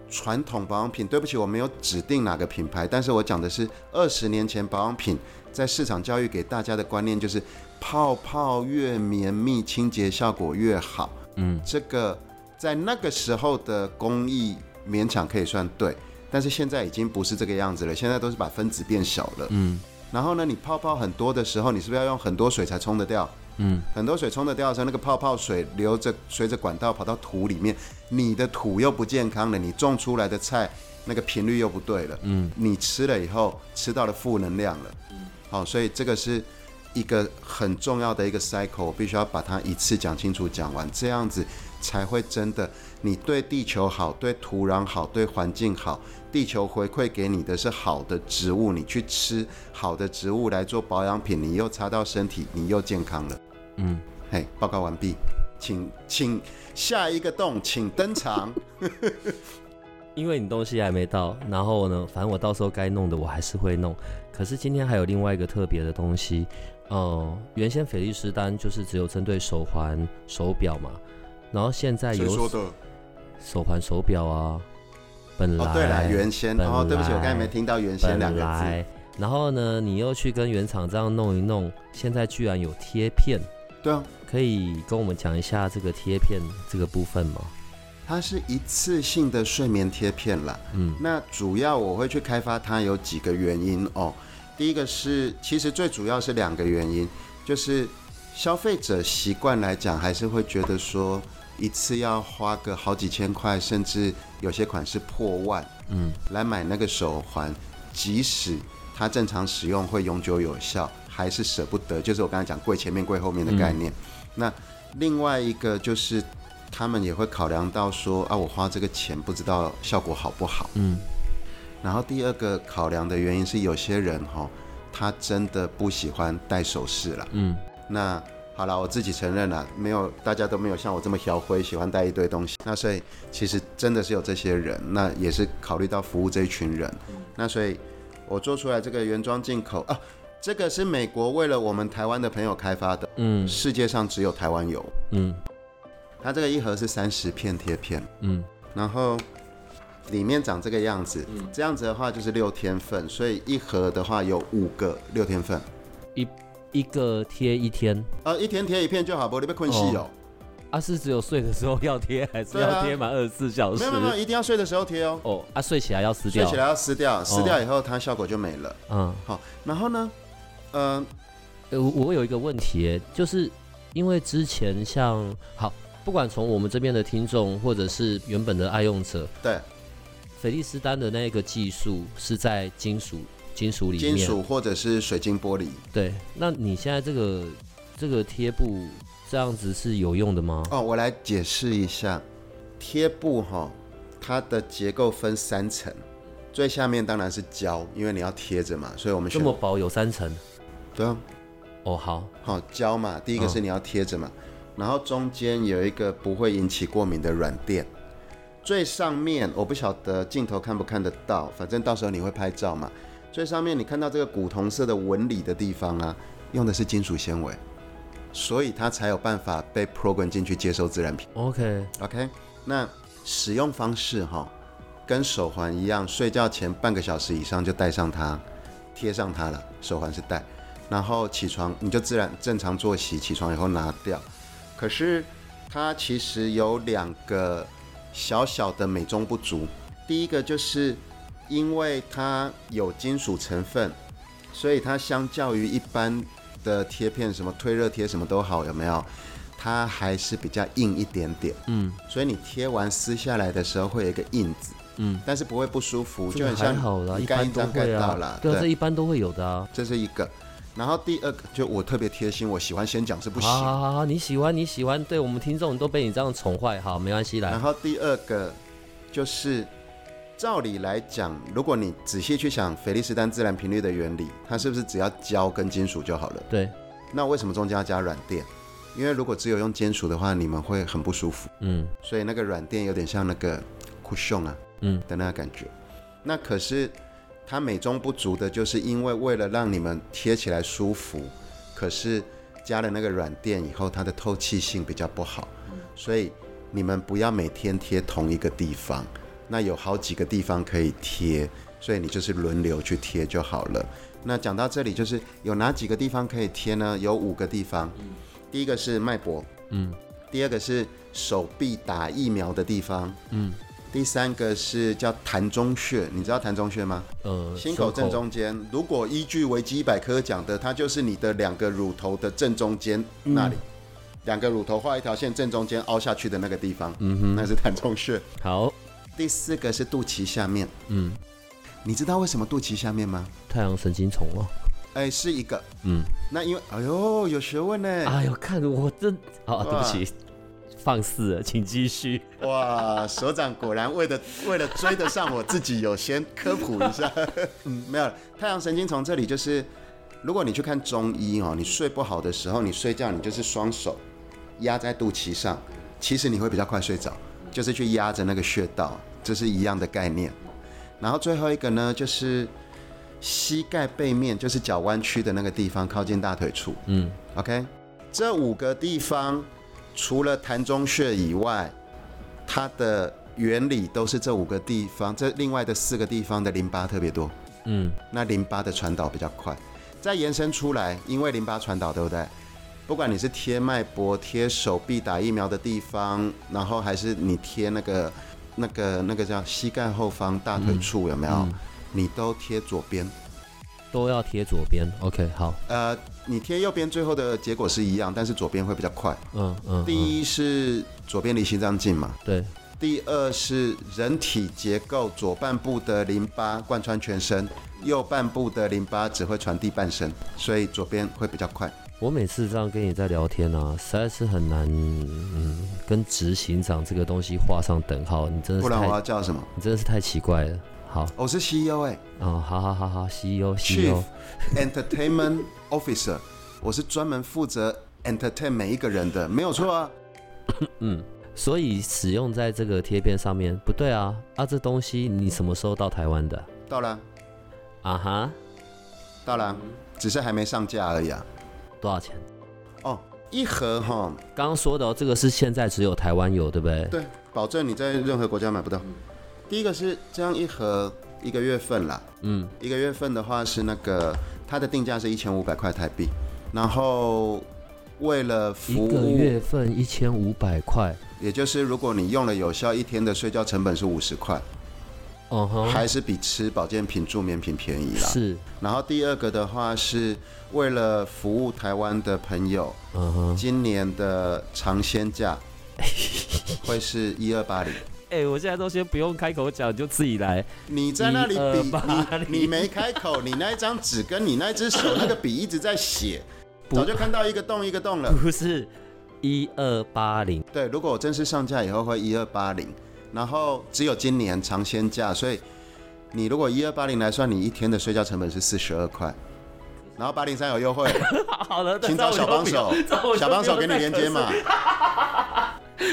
B: 传统保养品，对不起，我没有指定哪个品牌，但是我讲的是二十年前保养品在市场教育给大家的观念就是，泡泡越绵密，清洁效果越好。嗯，这个在那个时候的工艺勉强可以算对，但是现在已经不是这个样子了，现在都是把分子变小了。嗯，然后呢，你泡泡很多的时候，你是不是要用很多水才冲得掉？嗯，很多水冲得掉的时候，那个泡泡水流着随着管道跑到土里面，你的土又不健康了，你种出来的菜那个频率又不对了，嗯，你吃了以后吃到了负能量了，好、所以这个是一个很重要的一个 cycle，我必须要把它一次讲清楚、讲完，这样子才会真的你对地球好、对土壤好、对环境好，地球回馈给你的是好的植物，你去吃好的植物来做保养品，你又擦到身体，你又健康了。嗯，嘿，报告完毕，请请下一个洞，请登场。
A: 因为你东西还没到，然后呢，反正我到时候该弄的我还是会弄。可是今天还有另外一个特别的东西，呃，原先菲利斯丹就是只有针对手环、手表嘛，然后现在有
B: 的？
A: 手环、手表啊，本来、
B: 哦，对了，原先
A: 本
B: 哦，对不起，我刚才没
A: 来
B: 听到原先
A: 本
B: 两个字。
A: 来，然后呢，你又去跟原厂这样弄一弄，现在居然有贴片，
B: 对啊，
A: 可以跟我们讲一下这个贴片这个部分吗？
B: 它是一次性的睡眠贴片啦。嗯，那主要我会去开发它有几个原因哦。第一个是，其实最主要是两个原因，就是消费者习惯来讲，还是会觉得说一次要花个好几千块，甚至有些款是破万，嗯，来买那个手环，即使它正常使用会永久有效，还是舍不得，就是我刚才讲贵前面贵后面的概念。那另外一个就是他们也会考量到说啊，我花这个钱不知道效果好不好。嗯。然后第二个考量的原因是，有些人哈、他真的不喜欢戴首饰了。嗯。那好了，我自己承认了，没有大家都没有像我这么小灰，喜欢戴一堆东西。那所以其实真的是有这些人，那也是考虑到服务这一群人。那所以我做出来这个原装进口啊，这个是美国为了我们台湾的朋友开发的，
A: 嗯
B: 世界上只有台湾有。
A: 嗯
B: 它这个一盒是三十片贴片，
A: 嗯，
B: 然后里面长这个样子，这样子的话就是六天份，所以一盒的话有五个六天份，
A: 一个贴一天
B: 呃，一天贴一片就好，不你被困死哦。
A: 啊，是只有睡的时候要贴，还是
B: 对啊
A: 要贴满二十四小时
B: 没有？没有没有，一定要睡的时候贴哦，
A: 哦，啊，睡起来哦要撕
B: 睡
A: 掉哦
B: 起，来要撕掉，撕掉以后它效果就没了。
A: 嗯。
B: 好，然后呢，呃，
A: 呃，我我有一个问题耶，就是因为之前像好，不管从我们这边的听众，或者是原本的爱用者，
B: 对，
A: 菲利斯丹的那个技术是在金属金属里面，
B: 金属或者是水晶玻璃，
A: 对。那你现在这个这个贴布这样子是有用的吗？
B: 哦，我来解释一下，贴布哈、它的结构分三层，最下面当然是胶，因为你要贴着嘛，所以我们
A: 这
B: 选
A: 么薄有三层
B: 对啊，
A: 哦，好，
B: 好胶嘛，第一个是你要贴着嘛，然后中间有一个不会引起过敏的软垫，最上面我不晓得镜头看不看得到，反正到时候你会拍照嘛。最上面你看到这个古铜色的纹理的地方啊，用的是金属纤维，所以它才有办法被 program 进去接收自然品。
A: OK，
B: OK，那使用方式哈、跟手环一样，睡觉前半个小时以上就戴上它，贴上它了，手环是戴，然后起床你就自然正常作息，起床以后拿掉。可是它其实有两个小小的美中不足，第一个就是因为它有金属成分，所以它相较于一般的贴片，什么退热贴什么都好，有没有？它还是比较硬一点点，嗯，所以你贴完撕下来的时候会有一个印子，嗯，但是不会不舒服，
A: 这
B: 就
A: 个
B: 很
A: 还
B: 像
A: 好啦，
B: 你
A: 一
B: 盖
A: 般
B: 印
A: 都
B: 章盖
A: 会
B: 到
A: 啊
B: 了，，
A: 对啊，这一般都会有的啊。
B: 这是一个。然后第二个，就我特别贴心，我喜欢先讲是不行。
A: 好好好好，你喜欢你喜欢，对我们听众都被你这样宠坏，好，没关系，来
B: 然，后第二个就是，照理来讲，如果你仔细去想菲利斯丹自然频率的原理，它是不是只要胶跟金属就好了？
A: 对，
B: 那为什么中间要加软垫？因为如果只有用金属的话，你们会很不舒服。
A: 嗯
B: 所以那个软垫有点像那个 cushion 啊，
A: 嗯
B: 的那个感觉。那可是它美中不足的，就是因为为了让你们贴起来舒服，可是加了那个软垫以后，它的透气性比较不好，所以你们不要每天贴同一个地方，那有好几个地方可以贴，所以你就是轮流去贴就好了。那讲到这里，就是有哪几个地方可以贴呢？有五个地方，第一个是脉搏，
A: 嗯
B: 第二个是手臂打疫苗的地方，嗯，第三个是叫痰中穴，你知道痰中穴吗？
A: 呃，
B: 心口正中间，如果依据维基百科讲的，它就是你的两个乳头的正中间那里，两个乳头画一条线，正中间凹下去的那个地方，嗯哼，那是痰中穴。
A: 好，
B: 第四个是肚脐下面，
A: 嗯，
B: 你知道为什么肚脐下面吗？
A: 太阳神经丛哦，
B: 哎、是一个，
A: 嗯，
B: 那因为哎呦有学问呢，
A: 哎呦，看我真啊，对不
B: 哇
A: 起，放肆了，请继续。
B: 哇，所长果然为了为了追得上我自己，有先科普一下。 嗯，没有了，太阳神经丛这里就是，如果你去看中医哦，你睡不好的时候，你睡觉你就是双手压在肚脐上，其实你会比较快睡着，就是去压着那个穴道，这是一样的概念。然后最后一个呢，就是膝盖背面，就是脚弯曲的那个地方，靠近大腿处。
A: 嗯
B: OK，这五个地方除了痰中穴以外，它的原理都是这五个地方，这另外的四个地方的淋巴特别多，
A: 嗯，
B: 那淋巴的传导比较快，再延伸出来，因为淋巴传导，对不对？不管你是贴脉搏、贴手臂打疫苗的地方，然后还是你贴那个、那个、那个叫膝盖后方大腿处，有没有？你都贴左边，
A: 都要贴左边。OK，好，
B: 呃，你贴右边，最后的结果是一样，但是左边会比较快。
A: 嗯嗯，
B: 第
A: 嗯
B: 一是左边离心脏近嘛，
A: 对，
B: 第二是人体结构，左半部的淋巴贯穿全身，右半部的淋巴只会传递半身，所以左边会比较快。
A: 我每次这样跟你在聊天啊，实在是很难，嗯，跟执行长这个东西画上等号。你真的
B: 不
A: 是
B: 然我
A: 太，
B: 要叫什么？
A: 你真的是太奇怪了。好，
B: 我、是 CEO 哎、
A: 哦，好好好哦好，CEO
B: Chief
A: CEO，
B: Entertainment Officer，我是专门负责 entertain 每一个人的，没有错啊。
A: 所以使用在这个贴片上面不对啊啊，这东西你什么时候到台湾的？
B: 到了，
A: 啊哈，
B: 到了，只是还没上架而已啊。
A: 多少钱？
B: 哦，一盒哈，
A: 刚刚说的、哦、这个是现在只有台湾有，对不对？
B: 对，保证你在任何国家买不到。第一个是这样一盒一个月份啦，
A: 嗯，
B: 一个月份的话是那个它的定价是一千五百块台币，然后为了服
A: 一个
B: 务，
A: 月份一千五百块，
B: 也就是如果你用了有效，一天的睡觉成本是五十块，
A: 嗯哼，
B: 还是比吃保健品、助眠品便宜啦。
A: 是，
B: 然后第二个的话是为了服务台湾的朋友，
A: 嗯哼，
B: 今年的尝 鲜价会是一二八零。
C: 哎、我现在都先不用开口讲，你就自己来。
B: 你在那里比
C: 1280
B: 你你没开口，你那一张纸跟你那一只手那个笔一直在写，
A: 不
B: 早就看到一个洞一个洞了。
A: 不是一二八零，
B: 对，如果我正式上架以后会一二八零，然后只有今年尝鲜价，所以你如果一二八零来算，你一天的睡觉成本是四十二块。然后八零三有优惠，
C: 好了，
B: 请找小帮手
C: 这样我就不用，
B: 小帮手给你连接码。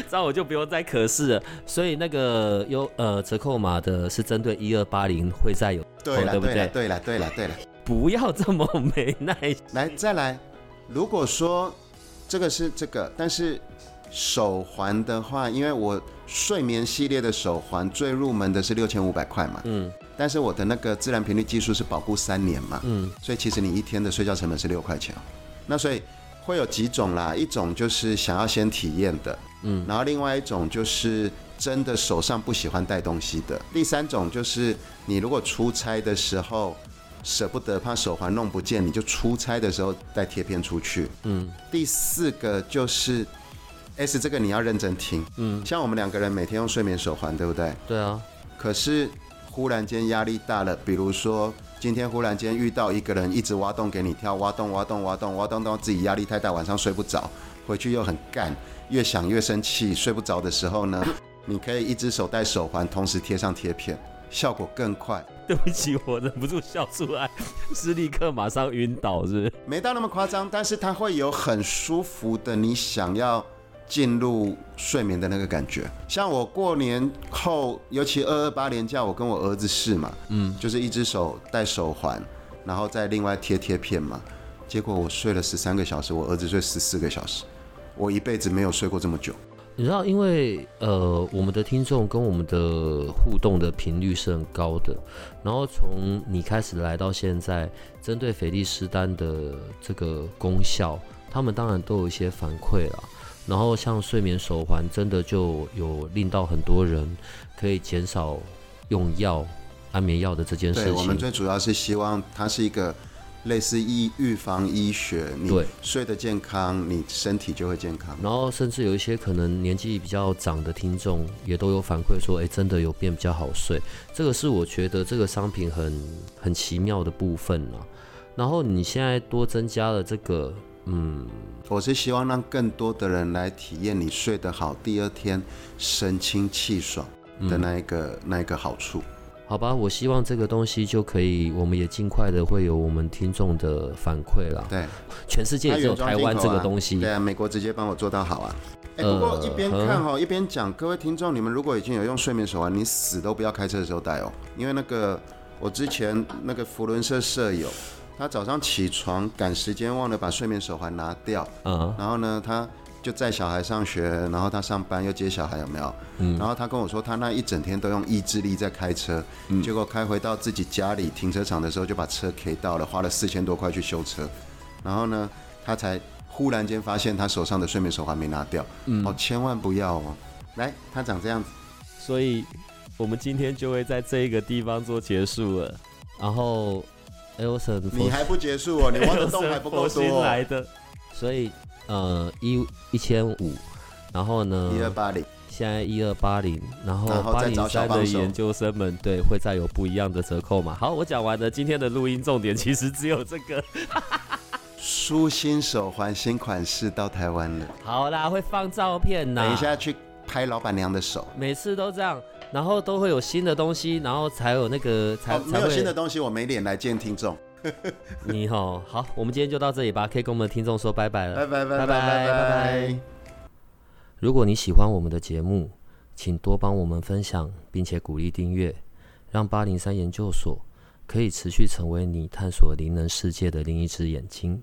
C: 这样我就不用再可视了。
A: 所以那个优呃折扣码的是针对一二八零会再有，
B: 对了，
A: 对不
B: 对了，
A: 对
B: 对了，对了，对了。
C: 不要这么没耐心。
B: 来，再来。如果说这个是这个，但是手环的话，因为我睡眠系列的手环最入门的是六千五百块嘛，
A: 嗯
B: 但是我的那个自然频率技术是保护三年嘛，
A: 嗯
B: 所以其实你一天的睡觉成本是六块钱哦。那所以会有几种啦，一种就是想要先体验的，
A: 嗯，
B: 然后另外一种就是真的手上不喜欢带东西的，第三种就是你如果出差的时候舍不得，怕手环弄不见，你就出差的时候带贴片出去。
A: 嗯，
B: 第四个就是 S 这个你要认真听，嗯，像我们两个人每天用睡眠手环，对不对？
A: 对啊，
B: 可是忽然间压力大了，比如说今天忽然间遇到一个人一直挖洞给你跳，挖洞挖洞挖洞挖洞，到自己压力太大，晚上睡不着，回去又很干，越想越生气，睡不着的时候呢，你可以一只手戴手环，同时贴上贴片，效果更快。
C: 对不起，我忍不住笑出来，是立刻马上晕倒，是不是？
B: 没到那么夸张，但是它会有很舒服的，你想要进入睡眠的那个感觉。像我过年后，尤其二二八连假，我跟我儿子试嘛，嗯，就是一只手戴手环，然后再另外贴贴片嘛。结果我睡了十三个小时，我儿子睡十四个小时，我一辈子没有睡过这么久。
A: 你知道，因为呃，我们的听众跟我们的互动的频率是很高的。然后从你开始来到现在，针对斐利斯丹的这个功效，他们当然都有一些反馈啦。然后像睡眠手环，真的就有令到很多人可以减少用药、安眠药的这件
B: 对
A: 事
B: 我们
A: 情。
B: 最主要是希望它是一个类似医预防医学，你
A: 对
B: 睡得健康，你身体就会健康。
A: 然后甚至有一些可能年纪比较长的听众也都有反馈说，哎，真的有变比较好睡。这个是我觉得这个商品很很奇妙的部分啊。然后你现在多增加了这个，嗯，
B: 我是希望让更多的人来体验你睡得好，第二天神清气爽的那一个、那一个好处。
A: 好吧，我希望这个东西就可以，我们也尽快的会有我们听众的反馈啦。
B: 对，
A: 全世界
B: 它
A: 也只有
B: 原装
A: 台
B: 进口啊
A: 湾这个东西，
B: 对啊，美国直接帮我做到好啊。哎、
A: 呃
B: 不过一边看哦，一边讲，各位听众，你们如果已经有用睡眠手环，你死都不要开车的时候戴哦，因为那个我之前那个福伦社舍友，他早上起床赶时间忘了把睡眠手环拿掉，
A: 嗯，
B: 然后呢，他就载小孩上学，然后他上班又接小孩，有没有？
C: 嗯
B: 然后他跟我说，他那一整天都用意志力在开车，
C: 嗯
B: 结果开回到自己家里停车场的时候，就把车 K 到了，花了四千多块去修车。然后呢，他才忽然间发现他手上的睡眠手环没拿掉。
C: 嗯
B: 哦，千万不要哦！来，他长这样子，
A: 嗯
C: 所以我们今天就会在这个地方做结束了。
A: 然后 Elson，
B: 你还不结束哦，你挖的洞还不够多、
C: 佛心来
B: 哦。
C: 的，
A: 所以呃一一千五，然后呢，
B: 一二八零，
A: 现在一二八零，然后
B: 然后
A: 八
B: 再找
A: 零
B: 小
A: 三
C: 三
B: 帮
C: 的
B: 手
C: 研究生们对会再有不一样的折扣嘛？好，我讲完了，今天的录音重点其实只有这个。
B: 舒心手环新款式到台湾了，
A: 好啦，会放照片呐。
B: 等一下，去拍老板娘的手。
A: 每次都这样，然后都会有新的东西，然后才有那个才、
B: 哦，
A: 才
B: 没
A: 会
B: 有新的东西，我没脸来见听众。
A: 你好，好，我们今天就到这里吧，可以跟我们的听众说拜拜了。
B: 拜拜
A: 拜
B: 拜拜
A: 拜
B: 拜
A: 拜
B: 拜。
A: 如果你喜欢我们的节目，请多帮我们分享，并且鼓励订阅，让八零三研究所可以持续成为你探索灵能世界的另一只眼睛。